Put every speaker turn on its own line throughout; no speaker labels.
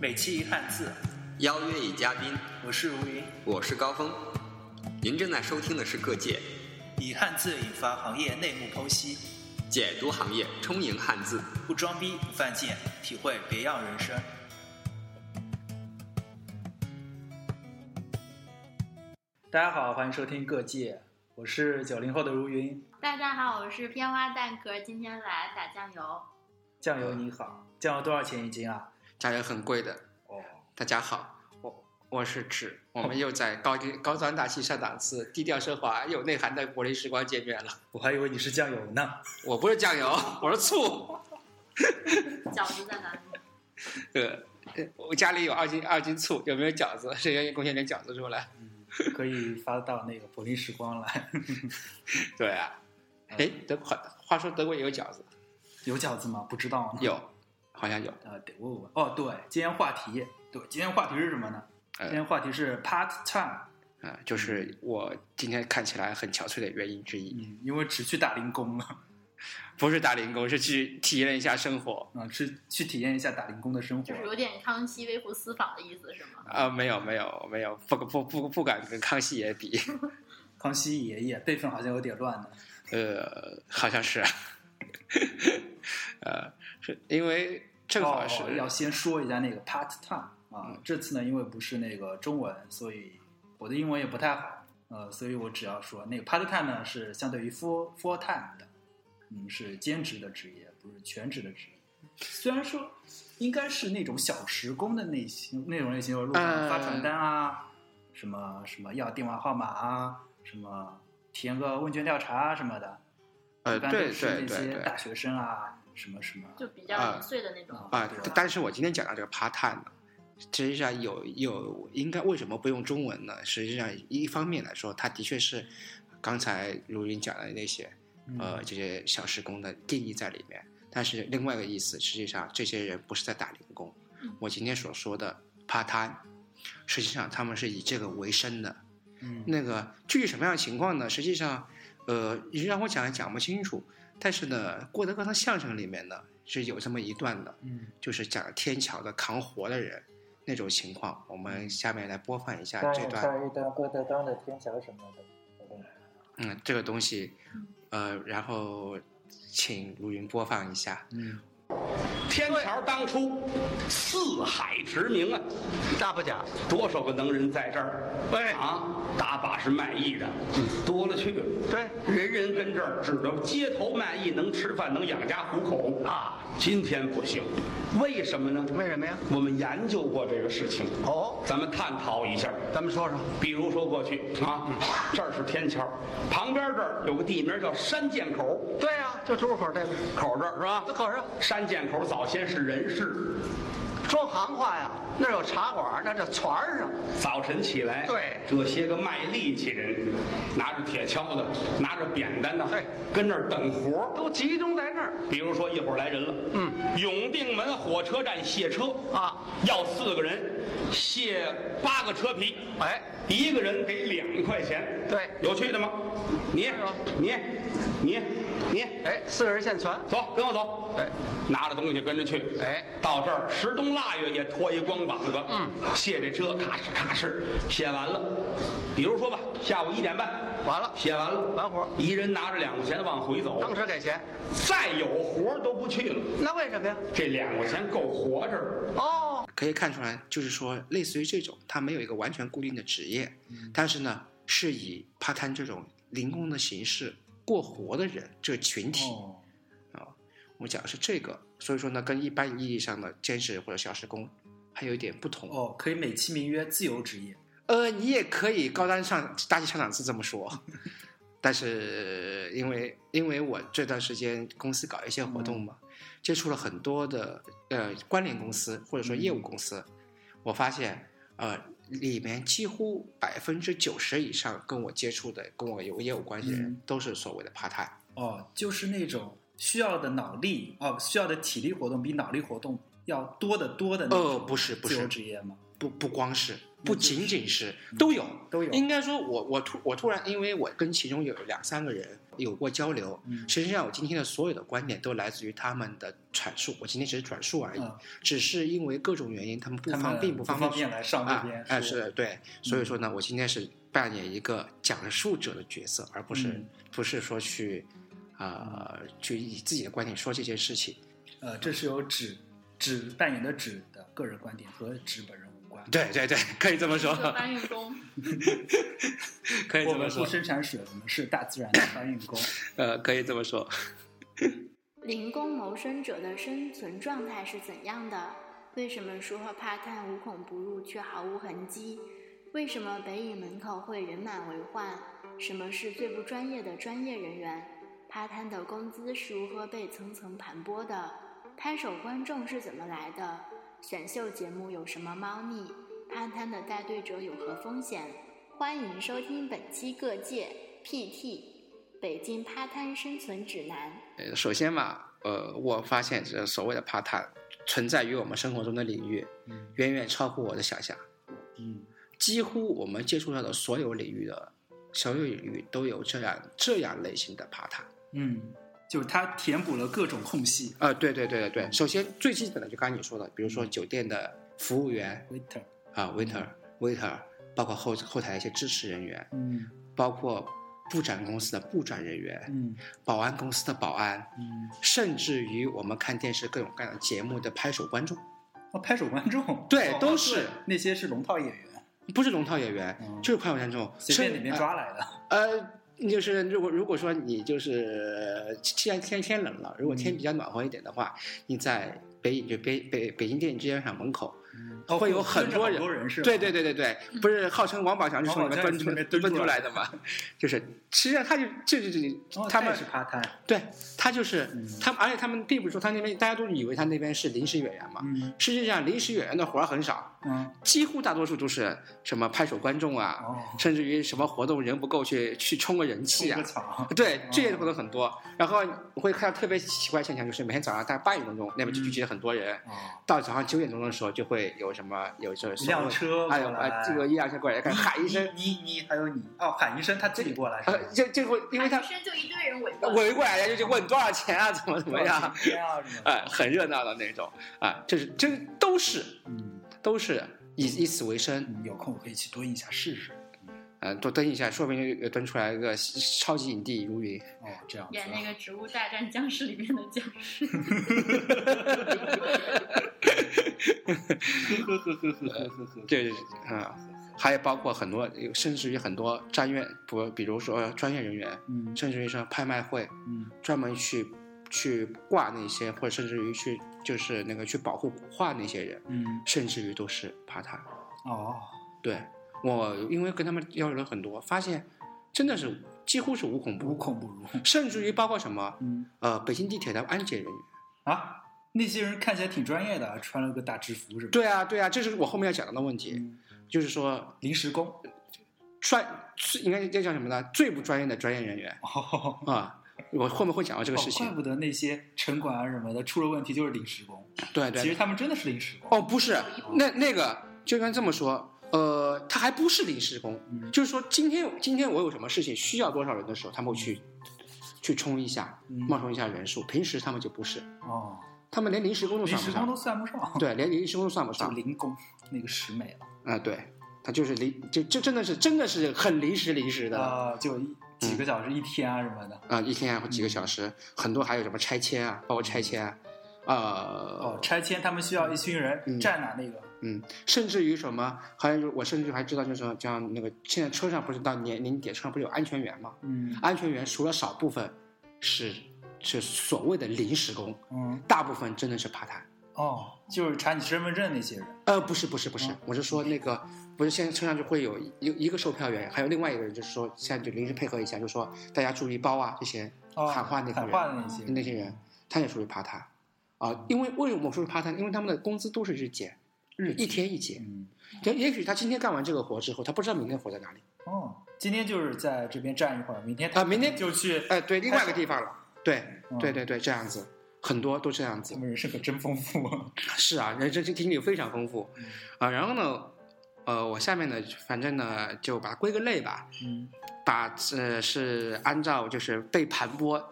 每期汉字，
邀约与嘉宾，
我是吴云，
我是高峰。您正在收听的是《各界
以汉字引发行业内幕剖析，
解读行业充盈汉字》，
不装逼不犯贱，体会别样人生。大家好，欢迎收听《各界》，我是九零后的如云。
大家好，我是片花蛋壳，今天来打酱油。
酱油你好，酱油多少钱一斤啊？
价格很贵的。
哦，
大家好，我我是纸，我们又在高低高端大气上档次、低调奢华有内涵的柏林时光见面了。
我还以为你是酱油呢。
我不是酱油，我是醋。
饺子在哪里？
呃，我家里有二斤二斤醋，有没有饺子？谁愿意贡献点饺子出来？
嗯，可以发到那个柏林时光来。
对啊，哎，德话话说德国也有饺子，
有饺子吗？不知道呢。
有，好像有。
啊，得问问。哦，对，今天话题，对，今天话题是什么呢？
呃
今天话题是 part time，
啊、就是我今天看起来很憔悴的原因之一，
嗯，因为只去打零工了，
不是打零工，是去体验了一下生活。
嗯，是去体验一下打零工的生活
就。是有点康熙微服私访的意思是吗？
啊、没有没有没有，不不不不敢跟康熙爷比，
康熙爷爷辈分好像有点乱呢。
呃，好像是， 呃，是因为正好是、嗯
哦、要先说一下那个 part time 啊，这次呢，因为不是那个中文，所以我的英文也不太好，呃，所以我只要说那个 part time 呢是相对于 full full time 的，嗯，是兼职的职业，不是全职的职业。虽然说应该是那种小时工的类型，那种类型，有路上
嗯
发传单啊，什么什么要电话号码啊，什么填个问卷调查啊什么的，
呃，
一般
对
都是
对
那
对
些
对，
大学生啊，什么什么。
就比较零碎的那种。
啊
啊
对吧，
但是我今天讲到这个 part time 呢，实际上有有应该为什么不用中文呢？实际上一方面来说，它的确是刚才卢云讲的那些
嗯
呃这些小时工的定义在里面，但是另外一个意思，实际上这些人不是在打零工
嗯，
我今天所说的 part time，实际上他们是以这个为生的。
嗯，
那个具体什么样的情况呢？实际上，呃，你让我讲也讲不清楚。但是呢，郭德纲的相声里面呢是有这么一段的，
嗯
就是讲天桥的扛活的人那种情况。我们下面来播放一下
看
这
一
段，
看一段郭德纲的天桥什么的。嗯
嗯，这个东西，呃，然后请卢云播放一下。
嗯。
天桥当初四海驰名啊，那不假，多少个能人在这儿，哎啊，大把是卖艺的，多了去了。对，人人跟这儿指着街头卖艺，能吃饭，能养家糊口啊。今天不行，为什么呢？为什么呀？我们研究过这个事情哦，咱们探讨一下。咱们说说，比如说过去啊，这儿是天桥，旁边这儿有个地名叫山涧口，
对呀、就出入口这个
口这儿是吧？
口上
山涧口早先是人世，
说行话呀，那儿有茶馆，那叫船儿上。
早晨起来，
对
这些个卖力气人，拿着铁锹的，拿着扁担的，
对，
跟那儿等活儿
都集中在那儿。
比如说一会儿来人了，嗯，永定门火车站卸车
啊，
要四个人卸八个车皮，
哎，
一个人给两块钱，
对啊
有去的吗？你你你你，
哎，四个人现传，
走，跟我走，
哎，
拿着东西跟着去，
哎
到这儿十冬腊月也脱一光膀子，嗯，卸这车咔哧咔哧卸完了，比如说吧，下午一点半
完了
卸完了，
完活儿
一人拿着两块钱往回走，
当时给钱，
再有活儿都不去了。
那为什么呀？
这两块钱够活着了。
哦，
可以看出来，就是说，类似于这种，他没有一个完全固定的职业，
嗯
但是呢，是以 part time 这种零工的形式过活的人这个群体。
哦，
我讲的是这个，所以说呢，跟一般意义上的兼职或者小时工还有一点不同。
哦，可以美其名曰自由职业。
呃，你也可以高端上大气上档次这么说， 但是因为因为我这段时间公司搞一些活动嘛，
嗯
接触了很多的呃关联公司或者说业务公司，
嗯
我发现呃里面几乎百分之九十以上跟我接触的跟我有业务关系的人、
嗯
都是所谓的 part time。
哦，就是那种需要的脑力哦，需要的体力活动比脑力活动要多得多的那
呃，
种
不是不
自由
是，
职业吗？
不不光是，不仅仅是，都有
嗯都有
应该说我，我突我突然，因为我跟其中有两三个人有过交流，
嗯
实际上我今天的所有的观点都来自于他们的阐述，我今天只是转述而已，
嗯
只是因为各种原因，他们不
他
方
们
并不方便
便来上这
啊
边，，
哎、
说嗯
是对，所以说呢，我今天是扮演一个讲述者的角色，而不是、
嗯
不是说去啊、呃去以自己的观点说这件事情。
呃，这是由纸纸扮演的纸的个人观点和纸本人无关。
对对对，可以这么说，
做搬运工，
可以
我
这么
们不
说，
生产水，我们是大自然的搬运 工。
呃，可以这么说。
零工谋生者的生存状态是怎样的？为什么说帕炭无孔不入却毫无痕迹？为什么北影门口会人满为患？什么是最不专业的专业人员？帕炭的工资是如何被层层盘剥的？拍手观众是怎么来的？选秀节目有什么猫腻？帕炭的带队者有何风险？欢迎收听本期《各界 PT 北京趴摊生存指南》。
呃首先嘛，呃，我发现这所谓的帕塔存在于我们生活中的领域，
嗯
远远超乎我的想象。
嗯
几乎我们接触到的所有领域的所有领域都有这样这样类型的帕塔。
嗯，就是它填补了各种空隙。
啊，对对对对对，首先最基本的就刚才你说的，比如说酒店的服务员
waiter，
啊，waiter waiter，包括后后台一些支持人员，
嗯
包括布展公司的布展人员，
嗯
保安公司的保安，
嗯，
甚至于我们看电视各种各样的节目的拍手观众，
哦，拍手观众，
对
哦
都是
那些是龙套演员，
不是龙套演员，
嗯
就是啊拍手观众，
随便
甚
里面抓来的。
呃，就是如果如果说你就是既然天天冷了，如果天
嗯
比较暖和一点的话，你在北影就北北北京电影制片厂门口。
哦
嗯会有
蹲
很
着
多
好
人，
多人是吧嗯
对对对对对，不是号称王宝强就从里面
王宝
蹲
强也是从
出
里面
蹲
蹲
出
出
来
来
的嘛，就是实际上他就就是
哦
他
这
们
也
啊
是趴摊。
对他就是
嗯
他们，而且他们并不是说他那边大家都以为他那边是临时演员嘛，
嗯
实际上临时演员的活儿很少，
嗯
几乎大多数都是什么拍手观众啊，
哦，
甚至于什么活动人不够去去冲个哦人气
冲
啊
个，场。
对，这些活动很多。然后我会看到特别奇怪的现象，就是每天早上大概八点钟钟那边就聚集了很多人，
哦，
到早上九点钟的时候就会有什么有这
一辆车
哎
过
呦
来
哎，这个一辆车过来，看 喊一声，
你你还有你哦，喊一声他自己过来是吧
呃，？就就会
啊
因为他呃
喊一声就一堆人围过来。
围过来，人家就问多少钱啊，怎么怎么样，
这样子。
哎，很热闹的那种啊，这是这都是
嗯，
都是以以此为生，
嗯有空可以去蹲一下试试。
呃，多蹲一下，说不定就蹲出来一个超级影帝如云。
哦，这样子啊。
演那个《植物大战僵尸》里面的僵尸，
嗯
呵呵呵呵呵呵呵。
对，啊、还有包括很多，甚至于很多专业，不，比如说专业人员，
嗯
甚至于像拍卖会，
嗯
专门去去挂那些，或者甚至于去就是那个去保护古画那些人，
嗯，
甚至于都是爬塔。
哦，
对我，因为跟他们交流了很多，发现真的是几乎是无孔不
无
入，
孔不入。
甚至于包括什么，
嗯
呃，北京地铁的安检人员。
啊，那些人看起来挺专业的，啊穿了个大制服什么的。
对啊，对啊，这是我后面要讲到的问题，
嗯，
就是说
临时工。
专，最应该这叫什么呢？最不专业的专业人员。
哦，
啊，我后面会讲到这个事情。
怪不得那些城管啊什么的出了问题就是临时工，
对
其
对
实，他们真的是临时工。
哦，不是，那那个就应该这么说，呃，他还不是临时工，
嗯
就是说今天今天我有什么事情需要多少人的时候，他们会去去冲一下，
嗯
冒充一下人数。平时他们就不是，
哦，
他们连临时工都
临
算
时
不
工
上，
都算不上，
对，连临时工都算不
就
上。
零工那个十美了
啊、对，他就是临，就就真的是真的是很临时临时的。啊、
啊，就一几个小时一天啊什么的。
一天啊或几个小
嗯
时，很多还有什么拆迁啊，包括拆迁啊，呃，
哦，拆迁他们需要一群
嗯
人站哪那个
嗯，甚至于什么，还有我甚至还知道，就是说像那个现在车上不是到年龄点，车上不是有安全员吗？
嗯
安全员除了少部分是是所谓的临时工，
嗯
大部分真的是爬台。
哦，就是查你身份证那些人。
呃，不是不是不是
嗯，
我是说那个，不是现在车上就会有一一个售票员，还有另外一个人，就是说现在就临时配合一下，就是说大家注意包啊这些
哦，
喊话那个
喊
人，
话的那些人
那些人他也属于爬台啊、因为为什么我说是爬台？因为他们的工资都是日结，
日结
一天一结。
嗯。
也也许他今天干完这个活之后，他不知道明天活在哪里。
哦，今天就是在这边站一会儿，明天
啊明天
就去
哎、对，另外一个地方了。对
嗯，
对对对，这样子很多都这样
他
子。
们人生可真丰富。
是啊，人生经历非常丰富
嗯
啊、然后呢，呃，我下面呢，反正呢，就把它归个类吧，
嗯
把呃是按照就是被盘剥，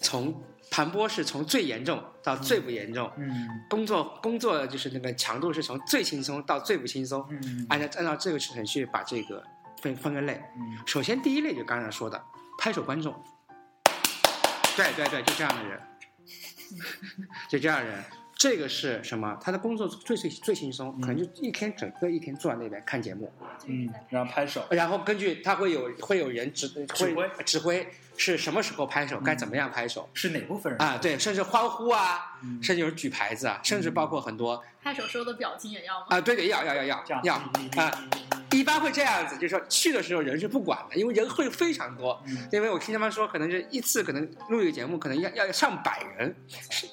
从盘剥是从最严重到最不严重，
嗯
工作工作就是那个强度是从最轻松到最不轻松，
嗯
按照按照这个程序把这个分分个类。
嗯
首先第一类就刚才说的拍手观众，对对对，就这样的人，就这样的人。这个是什么？他的工作最最最轻松，可能就一天整个一天坐在那边看节目，
嗯，然后拍手，
然后根据他会有会有人指
指挥嗯
会指挥是什么时候拍手，该怎么样拍手
是哪部分人
啊？对，甚至欢呼啊，
嗯
甚至有人举牌子啊，甚至包括很多
拍手时候的表情也要吗？
啊，对对，要要要要
这样
要啊！一般会这样子，就是说去的时候人是不管的，因为人会非常多。
嗯
因为我听他们说，可能是一次可能录一个节目，可能要要上百人，是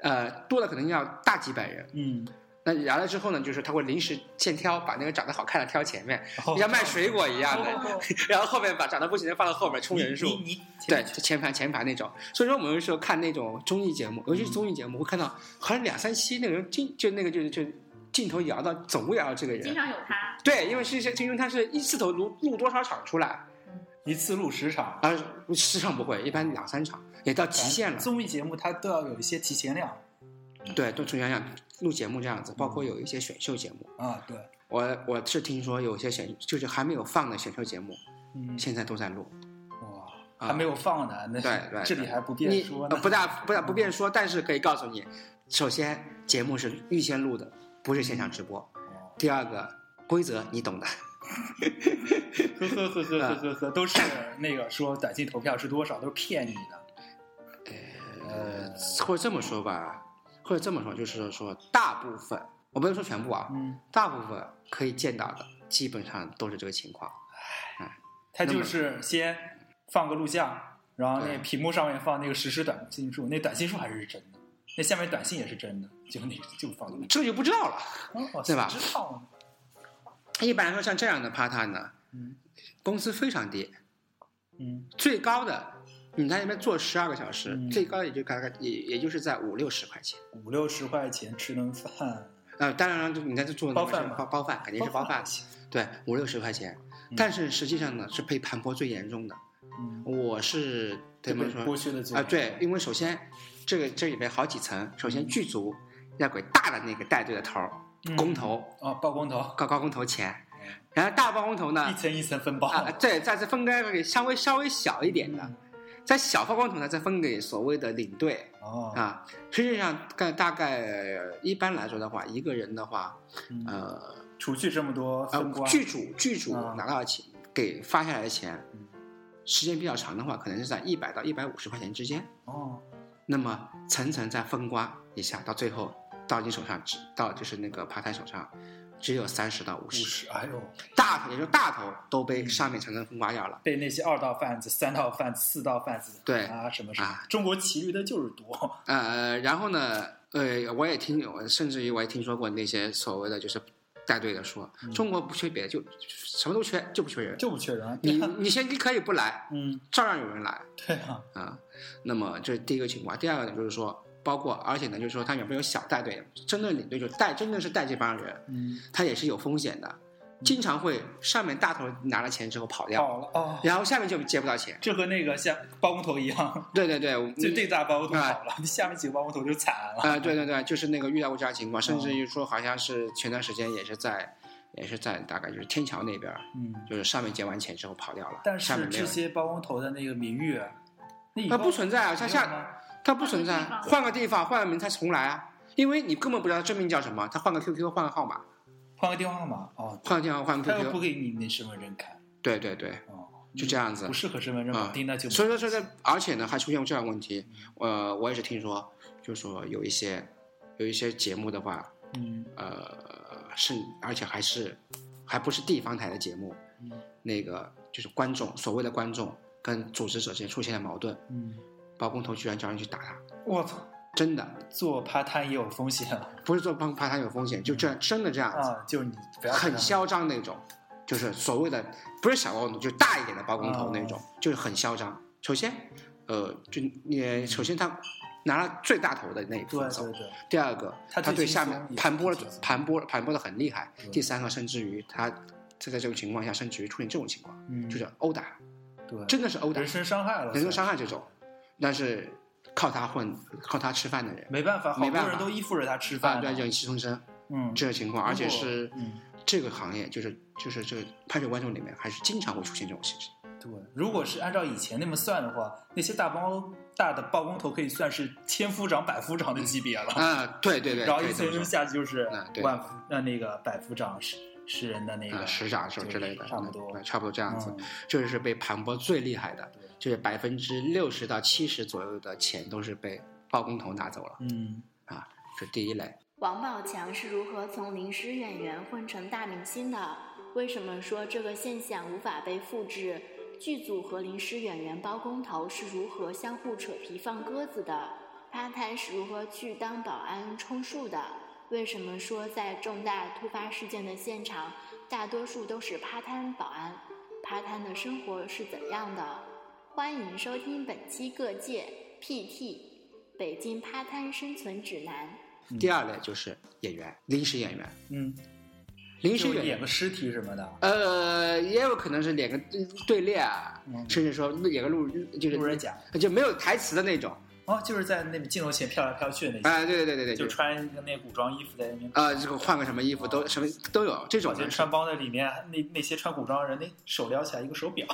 呃多了可能要大几百人。
嗯，
那来了之后呢，就是他会临时现挑，把那个长得好看的挑前面，
然后
像卖水果一样的，
哦
然后后面把长得不行的放到后面冲人数。
你你
对，前排前排那种，所以说我们有时候看那种综艺节目，尤其是综艺节目，会看到好像两三期那个人镜就那个就是就镜头摇到总会摇到这个
经
人，
常有他，
对，因为是是因为他是一次头录录多少场出来，
一次录十场，
啊，十场不会，一般两三场也到极限了。
综艺节目它都要有一些提前量
对，都从想想录节目这样子，包括有一些选秀节目，
啊，对，
我我是听说有些选就是还没有放的选秀节目，
嗯，
现在都在录。
哇，
啊
还没有放呢，那
对对，
这里还不便
你
说
呃
呢，
不大不大不便说，但是可以告诉你，首先节目是预先录的，不是现场直播。第二个规则你懂的，
呵呵呵呵呵呵呵，都是那个说短信投票是多少，都是骗你的，
呃，或者这么说吧，或者这么说，就是说大部分，我不能说全部啊，
嗯，
大部分可以见到的，基本上都是这个情况。
他
那
就
么
是先放个录像，然后那
对
屏幕上面放那个实时短信数，那短信数还是真的，那下面短信也是真的，就那个就放个，
这个就不知道了。
哦
对吧
谁知道呢
一般来说，像这样的 part time 呢，
嗯
工资非常低，
嗯
最高的你在那边做十二个小时，
嗯
最高也就大概也也就是在五六十块钱。
五六十块钱吃顿饭，
呃，当然了，你在这做
包饭
是
吗
包包饭肯定是包饭，对，五六十块钱。
嗯
但是实际上呢，是被盘剥最严重的。
嗯，
我是
这被
对他们说
剥削的
啊、对，，因为首先这个这里面好几层，首先剧组要给大的那个带队的头儿
嗯
工头啊
哦，曝光头，
高高工头钱，然后大包工头呢
一层一层分包，
啊，对，再次分开给稍微稍微小一点
嗯
的，在小曝光头呢，再分给所谓的领队
哦，
啊。实际上，大大概呃一般来说的话，一个人的话，
嗯
呃，
除去这么多分
呃
瓜，
剧组剧组
啊
拿到的钱给发下来的钱
嗯，
时间比较长的话，可能是在一百到一百五十块钱之间。
哦，
那么层层再分瓜一下，到最后到你手上只到就是那个爬台手上，只有三十到五
五
十，
十，嗯哎呦，
大头也就是大头都被上面层层分瓜掉了。
被那些二道贩子、三道贩子、四道贩子，
对
啊，什么什么
啊，
中国其余的就是多，
呃，然后呢，呃，我也听有，甚至于我也听说过那些所谓的就是带队的说，中国不缺别的，就什么都缺，就不缺人。
嗯就不缺人，
你你先你可以不来，
嗯，
照样有人来
对啊，
啊。那么这是第一个情况，第二个呢就是说，包括而且呢就是说，他有没有小带队，真正领队就带，真正是带这帮人，
嗯，
他也是有风险的，经常会上面大头拿了钱之后跑掉，
好了哦，
然后下面就接不到钱。
这和那个像包工头一样，
对对对，我
就最大包工头好了，下面几个包工头就惨了，
啊、对对对，就是那个遇到过这样的情况，甚
哦
至于说好像是前段时间也是在，也是在大概就是天桥那边儿，
嗯，
就是上面结完钱之后跑掉了，
但
下
是
面没有
这
人。
些包工头的那个名誉，啊那以
它
后
不存在啊，
没
像
有
下
吗
它不存在啊
换个地，方
换个地方换个名才重来啊，因为你根本不知道他真名叫什么，他换个 QQ 换个号码，
换个电话号码哦，
换个电话换
他
个
又不
QQ，
给你那身份证看，
对对对，
哦，
就这样子
不。适合身份证
啊
绑定，那就
所以说这个，而且呢还出现过这样的问题，呃，我也是听说，就说有一些有一些节目的话，
嗯
呃，是而且还是还不是地方台的节目，
嗯
那个就是观众所谓的观众跟组织者之间出现了矛盾，
嗯，
包工头居然叫人去打他，
我操，
真的
做趴摊也有风险
不是做帮怕他有风险，就这样真的这样子，
嗯啊，就是你不要
很
看
嚣张那种，就是所谓的不是小包工头，就是大一
啊
点的包工头那种，就是很嚣张。首先，呃，就你首先他拿了最大头的那一部
对
分走
对。对，
第二个，
他
他
最
对
轻
下
松
面
也
盘
最
剥
轻松
盘剥盘剥的很厉害
嗯。
第三个，甚至于他他在这种情况下，甚至于出现这种情况，
嗯，
就是殴打，
对，
真的是殴打
人，身伤害了，
人身伤害这种，但是靠他混、靠他吃饭的人，
没办法，好
没办
多
法
人都依附着他吃
啊，
饭
对，
呢，
忍气吞声
嗯，
这种情况，而且是
嗯
这个行业，就是就是这个拍摄观众里面，还是经常会出现这种事情。
对，如果是按照以前那么算的话，那些大包大的包工头可以算是千夫长、百夫长的级别了。
啊，对对对，
然后
可
哦一
以这
层
么
扔
说
下去就是
嗯对
万夫呃那个百夫长十十人的那
啊，
个
十掌手之类的，
对差不多
嗯差不多这样子
嗯，
就是被盘剥最厉害的
对，
就是百分之六十到七十左右的钱都是被包工头拿走了
嗯，
啊，这第一类。
王宝强是如何从临时演员混成大明星的？为什么说这个现象无法被复制？剧组和临时演员包工头是如何相互扯皮放鸽子的？趴摊是如何去当保安充数的？为什么说在重大突发事件的现场，大多数都是趴摊保安？趴摊的生活是怎样的？欢迎收听本期《各界 PT 北京趴摊生存指南》。
嗯
第二类就是演员，临时演员，
嗯，
临时
就
演员
演个尸体什么的，
呃，也有可能是演个队列啊，
嗯
甚至说演个路就是
路人甲
就没有台词的那种。
哦，就是在那个镜头前飘来飘去的那些，
啊，对对对对对，
就
就是
穿一个那古装衣服在那边，
啊，这个换个什么衣服
哦
都什么都有，这种
好像
的嗯是
穿帮的里面那那些穿古装的人，那手撩起来一个手 表，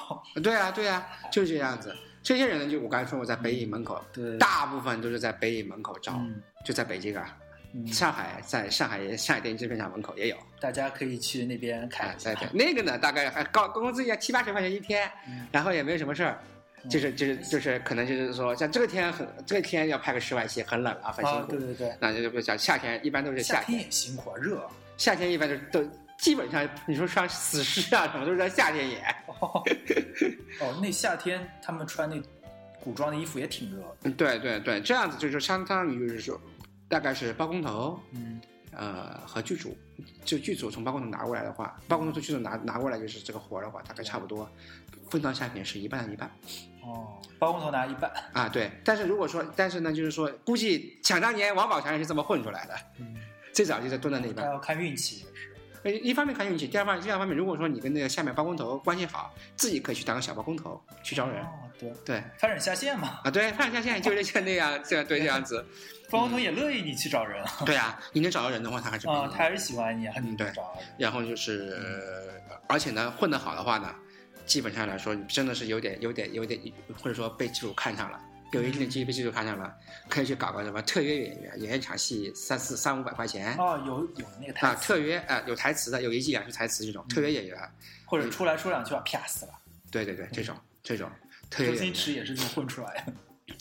对啊对啊，就是这样子。这些人呢，就我刚才说过，在北影门口，
对
大部分都是在北影门口找，
嗯
就在北京啊，
嗯，
上海在上海上海电影制片厂门口也有，
大家可以去那边
啊
看，一下
在，北那个呢，大概还高工资也七八十块钱一天，
嗯
然后也没有什么事儿。
嗯
就是就是就是，可能就是说，像这个天很，这个天要拍个室外戏，很冷啊，很辛
啊，
苦。
对对对，
那就就讲夏天，一般都是夏
夏
天，
天也辛苦啊，热啊，
夏天一般就是都基本上，你说像死尸啊什么，都是在夏天演。
哦，那夏天他们穿那古装的衣服也挺热的，
嗯对对对，这样子就是相当于就是说，大概是包工头，
嗯
呃和剧组，就剧组从包工头拿过来的话，包工头从剧组拿拿过来就是这个活儿的话，大概差不多分到夏天是一半一半
哦，包工头拿一半，
啊。对，但是如果说，但是呢，就是说，估计想当年王宝强也是这么混出来的，
嗯，
最早就在蹲在那
他
边。
要看运气也是，
呃一方面看运气，第二方第二方面，如果说你跟那个下面包工头关系好，自己可以去当个小包工头去招人。
哦，对，
对
发展下线嘛，
啊，对，范夏现在就是像那样，这样对这样子，
包工头也乐意你去找人啊，
对啊，你能找到人的话，嗯他还是不一
他还
样。
是喜欢你，还是
嗯对
找人，
然后就是，呃而且呢，混得好的话呢，基本上来说，你真的是有点、有点、有点，或者说被剧组看上了，有一定的机遇被剧组看上了，可以去搞个什么特约演员，演一场戏三四三五百块钱
哦，有有那个台，
啊
词，
特约啊，有台词的，有一句两句台词这种特约演员，
或者出来说两句话，啪死了，
对对对，这
嗯
种这种特约
周
演
星
员。
驰也是这么混出来 的，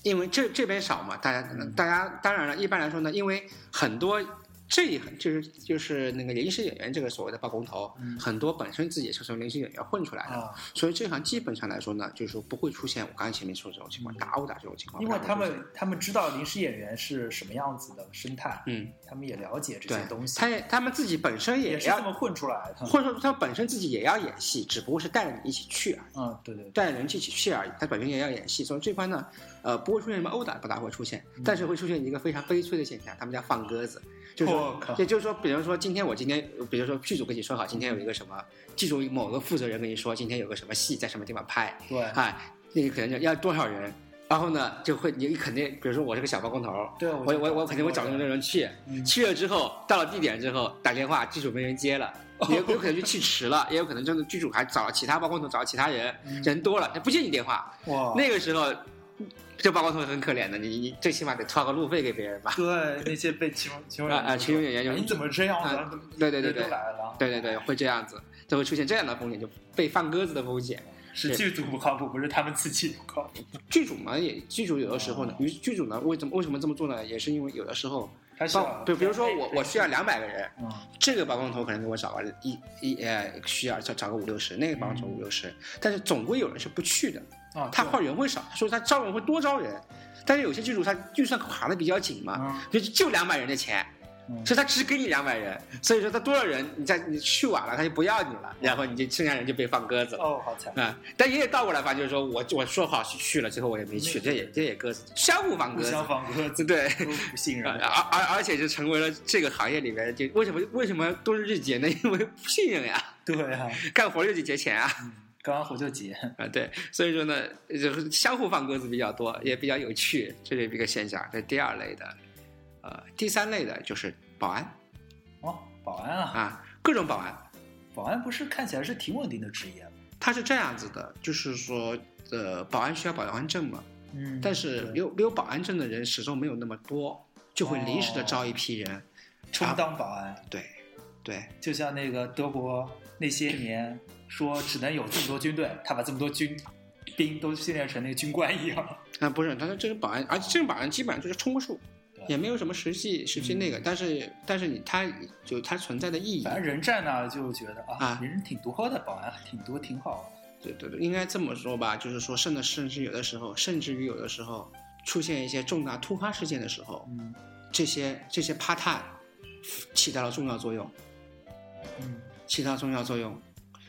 因为这这边少嘛，大家
嗯
大家当然了，一般来说呢，因为很多这一就是就是那个临时演员这个所谓的包工头，
嗯
很多本身自己就是从临时演员混出来的，
啊，
所以这行基本上来说呢，就是说不会出现我刚才前面说这种情况，
嗯
打殴打这种情况，
因为
不太
他
会出现
们他们知道临时演员是什么样子的生态，
嗯，
他们也了解这些东
对，
西，
他也他们自己本身
也
也
是这么
要，
混出来的，
或者说他们本身自己也要演戏，只不过是带着你一起去而已。
嗯，对对对，
带着人一起去而已，他本身也要演戏，所以这块呢，呃，不会出现什么殴打，不大会出现，
嗯
但是会出现一个非常悲催的现象，他们叫放鸽子，就是
我
说
靠，
也就是说，比如说今天我今天，比如说剧组跟你说好，今天有一个什么，剧组某个负责人跟你说今天有个什么戏在什么地方拍，
对
啊，那你可能就要多少人，然后呢就会你肯定，比如说我是个小包工头，
对我
我
就
我
找
我肯定会找那种人去，
嗯
去了之后到了地点之后打电话，剧组没人接了，也有有可能就去迟了，也有可能真的剧组还找了其他包工头，找了其他人，
嗯哦
人多了他不接你电话，
哇，
那个时候这包工头很可怜的，你你最起码得掏个路费给别 人吧。
对那些被群众群众
啊啊，群众演员就
哎你怎么这样
啊
子？
对对对对
人都来了，
对对对，会这样子，就会出现这样的风险，就被放鸽子的风险。
是剧组不靠谱，不是他们自己不靠谱，
剧组嘛，也剧组有的时候
啊
呢，于剧组呢，为什么为什么这么做呢？也是因为有的时候，
还是啊
包
要
比比如说我我需要两百个人，
嗯
这个包工头可能给我找个一一呃需要找找个五六十，那个包工头五六十，但是总归有人是不去的，
啊，
他
对
换人会少，所以他招人会多招人，但是有些剧组他预算卡的比较紧嘛，
嗯
就就两百人的钱，所以他只给你两百人，所以说他多少人，你在你去晚了他就不要你了，然后你就剩下人就被放鸽子了。
哦，好惨，
啊、但也有倒过来吧，就是说我我说好去去了，最后我也没去，这也这也鸽子，相互放
互
鸽子，
相放鸽子，
对。
都 不信
而
任。
而而且就成为了这个行业里面，就为什么为什么冬日节呢？因为不信任呀，
对啊，
干活就得节钱啊
刚刚火就节，
啊对，所以说呢，就是相互放鸽子比较多，也比较有趣，这是一个现象。这第二类的，呃，第三类的就是保安
哦，保安啊，
啊，各种保安，
保安不是看起来是挺稳定的职业吗？
他是这样子的，就是说，呃，保安需要保安证嘛，
嗯
但是
对
有没有保安证的人始终没有那么多，就会临时的
哦
招一批人。
充当保安，
对，对，
就像那个德国那些年说只能有这么多军队，他把这么多军兵都训练成那个军官一样。
啊不是，他说这种保安，而且这种保安基本上就是充个数
对，嗯
也没有什么实际实际那个，但是但是你他有它存在的意义
反。正人站那儿就觉得啊
啊，
人挺多的，保安挺多，挺好。
对对对，应该这么说吧，就是说甚至甚至有的时候，甚至于有的时候出现一些重大突发事件的时候，
嗯
这些这些帕探起到了重要作用。
嗯
起到重要作用。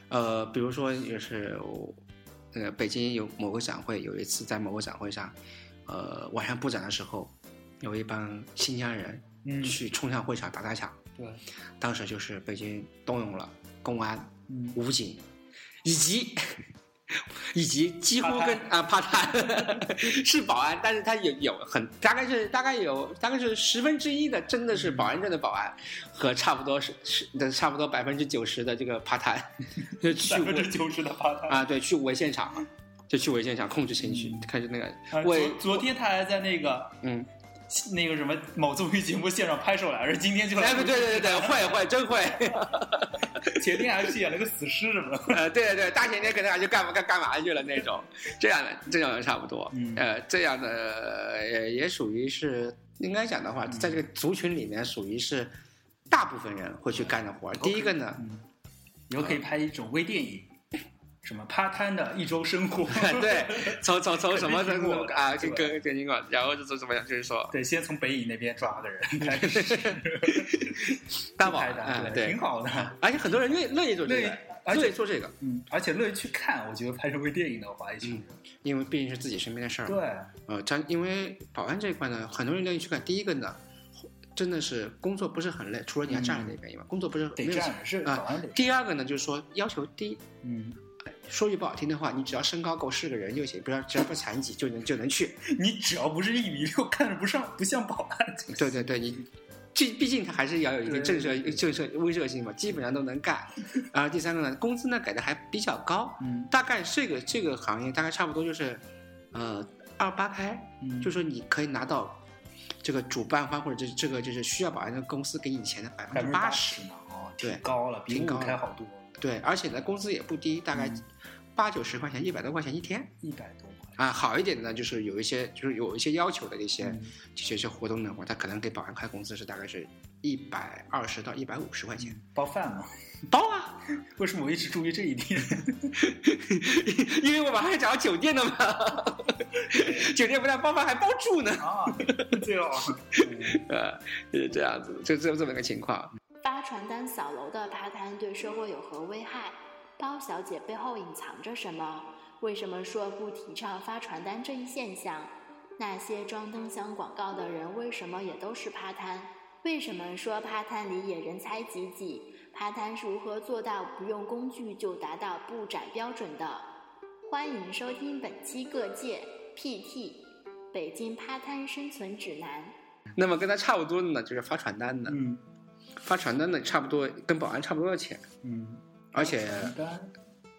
呃，比如说也是我，呃，北京有某个展会，有一次在某个展会上，呃，晚上布展的时候，有一帮新疆人
嗯，
去冲向会场打砸抢，
对，
当时就是北京动用了公安、
嗯，
武警，以及以及几乎跟啊帕坦 是保安，但是他有有很大概是大概有大概是十分之一的真的
嗯
是保安证的保安，和差不多是是的差不多百分之九十的这个帕坦就去
百分
围
之九十的趴他。
啊对去围现场，就去围现场控制情绪
嗯，
开始那个
啊昨
为
昨天他还在那个
嗯
那个什么某综艺节目现场拍手来着，今天就来
哎对对对对会会真会。
前天还去演了个死尸什么的。
呃，对对，大前天可能还去干嘛干干嘛去了那种，这样的这种也差不多。
嗯
呃，这样的呃也属于是应该讲的
嗯
话，在这个族群里面属于是大部分人会去干的活儿。第一个呢，
嗯，以后可以拍一种微电影，什么趴摊的一周生活。
对，从从从什么
哦肯
什
定苹
么
果
啊，
对
跟跟跟苹果，然后就是怎么样，就是说
对，先从北影那边抓个人开始，
大宝
拍的，
啊，
对，
对
挺，好的。
而且很多人愿意乐意做这
乐意
个，
而且
乐意做这个，
嗯，而且乐意去看，我觉得拍成微电影的话，也是
因为毕竟是自己身边的事儿嘛。
对，
呃，咱因为保安这一块呢，很多人愿意去干。第一个呢，真的是工作不是很累，除了你要站在那边以外，工作不是
嗯得
没有
站着是
啊
保安得
第二个呢，就是说要求低。
嗯，
说句不好听的话，你只要身高够是个人就行，不要只要不残疾就能就能去。
你只要不是一米六，看着不上不像保安就行。
对对对，你这毕竟他还是要有一定
对
震慑、震慑、威慑性嘛，基本上都能 干。然后第三个呢，工资呢给的还比较高，
嗯
大概这个这个行业大概差不多就是，呃，二八开，
嗯，
就说你可以拿到这个主办方或者这这个就是需要保安的公司给你钱的百
百分
分之
之
八
八
十
十，呢，哦，
对
挺高了，比
挺
五
高
开
了
好多，
对，而且呢工资也不低，大概
嗯
八九十块钱、一百多块钱一天
一百多块。
啊。好一点的呢，就是有一些就是有一些要求的一些
嗯
这些活动的话，他可能给保安开工资是大概是一百二十到一百五十块钱，
包嗯饭吗？
包啊，
为什么我一直注意这一点？
因为我马上要找酒店的嘛， 酒店不但包饭还包住呢，
啊，最好。
呃，就是这样子，就就这么一个情况。
发传单扫楼的爬摊对社会有何危害？包小姐背后隐藏着什么？为什么说不提倡发传单这一现象？那些装灯箱广告的人为什么也都是趴摊？为什么说趴摊里也人才济济？趴摊是如何做到不用工具就达到布展标准的？欢迎收听本期《各界 PT 北京趴摊生存指南》。
那么跟他差不多的呢，就是发传单的，
嗯
发传单的差不多跟保安差不多的钱，
嗯，
而且
一般，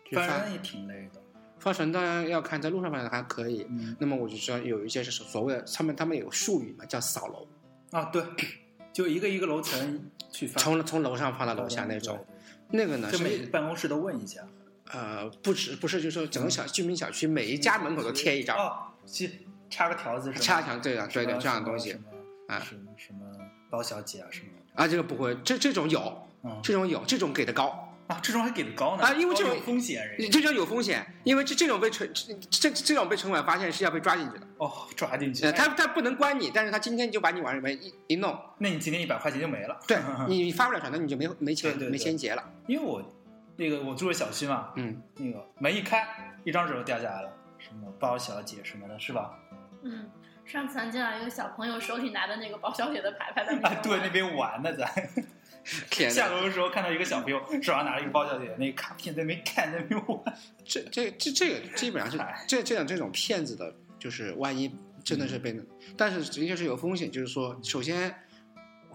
就
反
发
正也挺累的。
发传单要看在路上发的还可以。
嗯
那么我就知道有一些是所谓的，他们他们有术语嘛，叫扫楼，
啊，对，就一个一个楼层去发，
从从楼上放到楼下那种。那个呢
哦对，就每个
是
办公室都问一下。
呃不止不是，就是说整个小居民小区每一家门口都贴一张，
嗯哦，去插个条子是吧？
插墙这样对对
什么
这样的东西
什么
啊
什么什么包小姐啊什么，
啊，这个不会，这这种有
嗯，
这种有这种给的高，
啊，这种还给的高呢
啊因为这种
高有风险人
你
家
这就有风险，因为这这种被城这这这种被城管发现是要被抓进去的。
哦抓进去，
呃，他他不能关你，但是他今天就把你往里面一一弄，
那你今天一百块钱就没了。
对你你发不了传单，你就没没
嗯
钱
对对对
没钱结了。
因为我那个我住的小区嘛，
嗯，
那个门一开，一张纸就掉下来了，什么包小姐什么的，是吧？
嗯，上次咱见到一个小朋友手里拿的那个包小姐的牌牌在那
啊
边，
对，
玩
那边玩呢，咱。
天
下
哪，
楼的时候看到一个小朋友手上拿了一个包小姐，那个卡片在那边看，在那边玩。
这这这这个基本上是
哎
这这种这种骗子的，就是万一真的是被，
嗯
但是的确是有风险，就是说，首先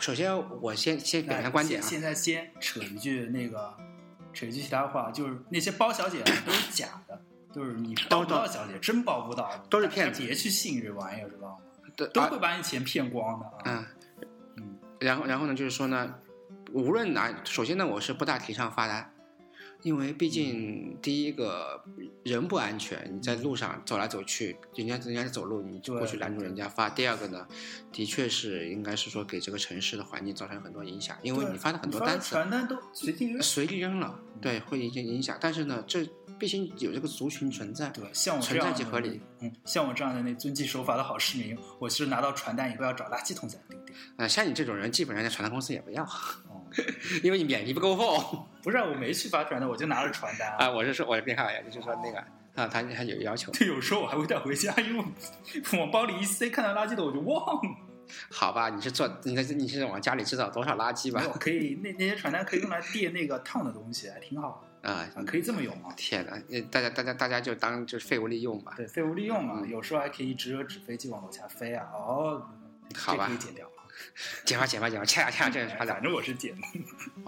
首先我先先表
那
达观点啊，
现现在哎先扯一句那个，扯一句其他话，就是那些包小姐啊都是假的，就是你包不到小姐，真包不到，
都是骗子
大家别去信这玩意儿，知道吗？
对
都
啊
会把你钱骗光的啊！
嗯，然后然后呢，就是说呢，无论哪，首先呢，我是不大提倡发单，因为毕竟第一个人不安全，你在路上走来走去，人家人家在走路，你就过去
对
拦住人家发。第二个呢，的确是应该是说给这个城市的环境造成很多影响，因为
对
你发的很多
你发
单
的
子
传单都随地扔，
随地扔了，对，会影响影响。但是呢，这毕竟有这个族群存在，
对，像我这样
存在即合理，
嗯，像我这样的那遵纪守法的好市民，我是拿到传单以后要找垃圾桶才能丢掉。
呃，像你这种人，基本上在传单公司也不要，
哦，
因为你脸皮不够厚。
不是啊，我没去发传单，我就拿了传单
啊，。我是说，我别开玩笑，就是说那个啊，他他有要求。
对，有时候我还会带回家，因为我往包里一塞，看到垃圾桶我就忘了。
好吧，你是做你是你是往家里制造多少垃圾吧
没？有，可以那那些传单可以用来垫那个烫的东西，还挺好
啊、
啊，可以这么用啊。
天哪，呃大家大家大家就当就是废物利用吧。
对，废物利用
嗯
嘛，有时候还可以直着纸飞机往楼下飞啊。哦，
好吧
这可以剪掉。
减法减法减法，恰恰恰恰这是啥的
反正我是剪的。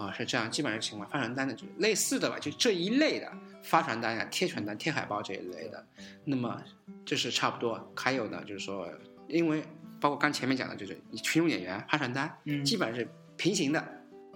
啊，是这样，基本上情况发传单的就类似的吧，就这一类的发传单呀、贴传单、贴海报这一类的，那么这是差不多。还有呢，就是说，因为包括刚前面讲的，就是你群众演员发传单，
嗯
基本上是平行的。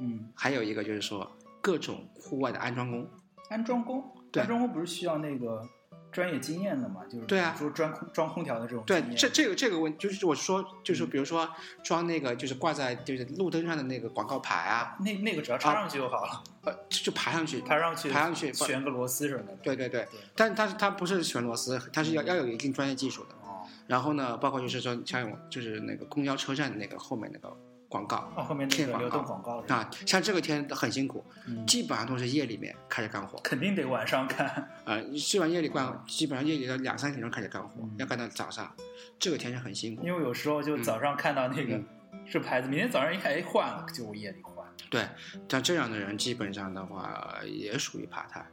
嗯，
还有一个就是说各种户外的安装工，
安装工，
对
安装工不是需要那个专业经验的嘛？就是
对啊
比如说装空装空调的这种经
对
验。，
这这个这个问，就是我说，
嗯
就是比如说装那个，就是挂在就是路灯上的那个广告牌啊，
那那个只要插上去就好了，
呃，就就爬上去。
爬上去
爬上去
旋个螺丝什么的。
对对对
对，
但但是它不是旋螺丝，它
嗯
是要要有一定专业技术的。
哦
然后呢，包括就是说像我就是那个公交车站那个后面那个广告
哦，后面那
贴
个
广
流动
告
广告是吧，
啊，像这个天很辛苦，
嗯
基本上都是夜里面开始干活，
肯定得晚上看。
呃，吃完夜里干，基本上夜里到两三点钟开始干活
嗯，
要干到早上，这个天是很辛苦。
因为有时候就早上看到那个
嗯
是牌子，明天早上一看，哎，换了，就我夜里换。
对，像这样的人基本上的话呃也属于爬摊。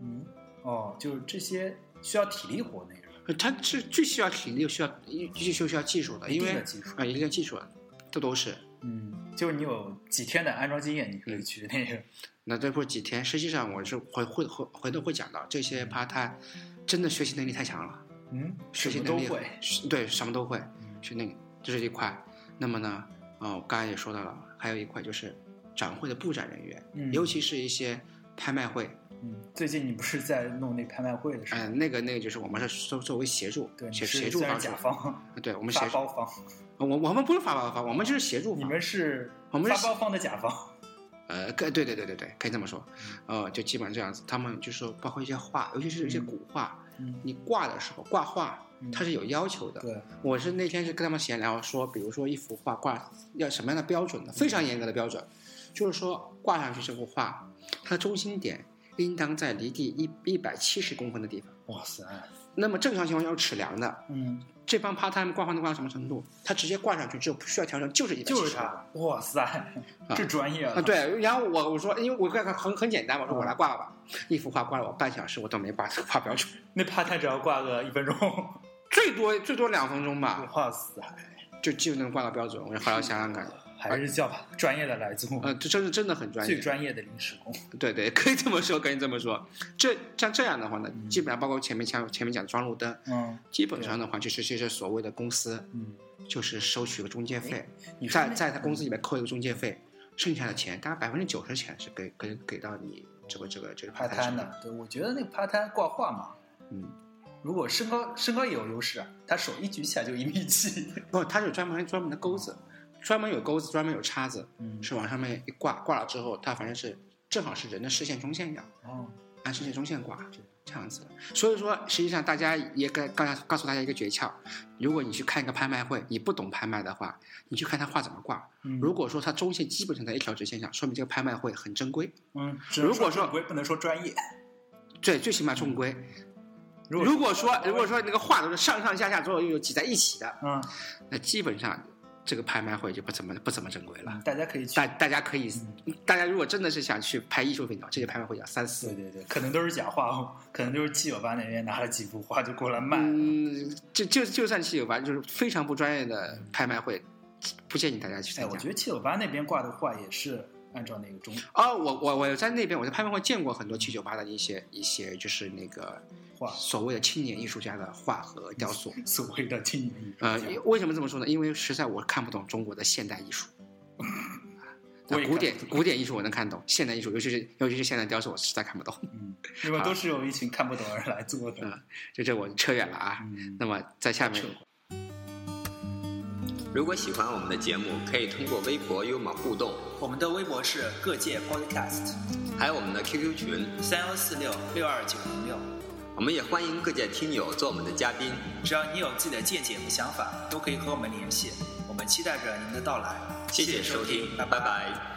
嗯，哦，就是这些需要体力活那个人，
它是最需要体力，又需要又又需要技术的，
一
因
定
为
的技术
啊，一定的技术，这都是。
嗯，就是你有几天的安装经验，你
嗯
可以去那个，
那再过几天，实际上我是会会会回头会讲到这些趴摊，真的学习能力太强了，
嗯，
学
什
习
么
能
都
力嗯
会，
是对什么都会，是那个这是一块。那么呢，啊、我刚才也说到了，还有一块就是展会的布展人员，
嗯
尤其是一些拍卖会，
嗯，最近你不是在弄那拍卖会的事
嗯、
吗？
那个那个就是我们是作作为协助
对，，你
协
是
协助
虽然
方
是
式
甲，方
对我们协
发
助
包，方，
我我们不是发包方，我们就是协助方，
你们是
我们
发
是
包方的甲方，
呃，可对对对对对，可以这么说，呃，就基本上这样子。他们就说，包括一些画，尤其是一些
嗯
古画，
嗯，
你挂的时候挂画
嗯，
它是有要求的。
对，
我是那天是跟他们闲聊说，比如说一幅画挂要什么样的标准的，非
嗯
常严格的标准，就是说挂上去这幅画，它的中心点应当在离地一一百七十公分的地方。
哇塞，
那么正常情况下有尺量的，
嗯，
这帮 part time 挂画能挂到什么程度？他直接挂上去，就不需要调整，就是一百
就是他，哇塞，这专业
啊，
了，
对，然后我我说，因为我看看很很简单，我说我来挂吧，
嗯
一幅画挂了我半小时，我都没挂挂标准，
那趴摊只要挂个一分钟，
最多最多两分钟吧，
哇塞，
就就能挂到标准。我后来想想看，
还是叫专业的来做，
呃，这真是真的很专
最
业，
专业的临时工，
对对，可以这么说，可以这么说。这像这样的话呢，基本上包括前面像前面讲装路灯，
嗯
基本上的话就是这些所谓的公司，
嗯，哎
就是收取个中介费，
你说
在
那嗯
在他公司里面扣一个中介费，剩下的钱大概百分之九十钱是给给给到你这个这个这个
趴摊
上
的，对，我觉得那个趴摊挂画嘛，
嗯。
如果身高身高也有优势啊，他手一举起来就一米 七，
不，它是有专门专门的钩子，专门有钩子，专门有叉子，
哦嗯
是往上面一挂，挂了之后，它反正是正好是人的视线中线上，
哦，
按世界中线挂，这样子。所以说，实际上大家也该刚才告诉大家一个诀窍：如果你去看一个拍卖会，你不懂拍卖的话，你去看他画怎么挂。
嗯
如果说它中线基本上在一条直线上，说明这个拍卖会很正规，
嗯，
如果说
不不能说专业，
对，最起码正规。
嗯如果
如果说如果说那个画都是上上下下左左右右挤在一起的，
嗯，
那基本上这个拍卖会就不怎么不怎么正规了。
大家可以去
大，大家可以，
嗯
大家如果真的是想去拍艺术品的话，这些拍卖会要三
对
四。
对对，可能都是假画哦，可能就是七九八那边拿了几幅画就过来卖，
嗯，就就就算是有吧，就是非常不专业的拍卖会，不建议大家去
哎，
参
我
加
觉。得七九八那边挂的画也是按照那个中
哦，我我我在那边，我在拍卖会见过很多七九八的一些一些，就是那个
画
所谓的青年艺术家的画和雕塑。
所谓的青年艺术
呃
家，，
为什么这么说呢？因为实在我看不懂中国的现代艺术，
我也
啊
看
古典古典艺术我能看懂，现代艺术，尤其是尤其是现代雕塑，我实在看不懂。
嗯，因为都是有一群看不懂的人来做的，
就这我扯远了啊。
嗯，
嗯那么在下面
扯，
如果喜欢我们的节目，可以通过微博与我们互动，
我们的微博是各界 Podcast
还有我们的 QQ 群。
三幺四六六二九零六。
我们也欢迎各界听友做我们的嘉宾。
只要你有自己的见解和想法，都可以和我们联系。我们期待着您的到来。
谢谢收听，拜拜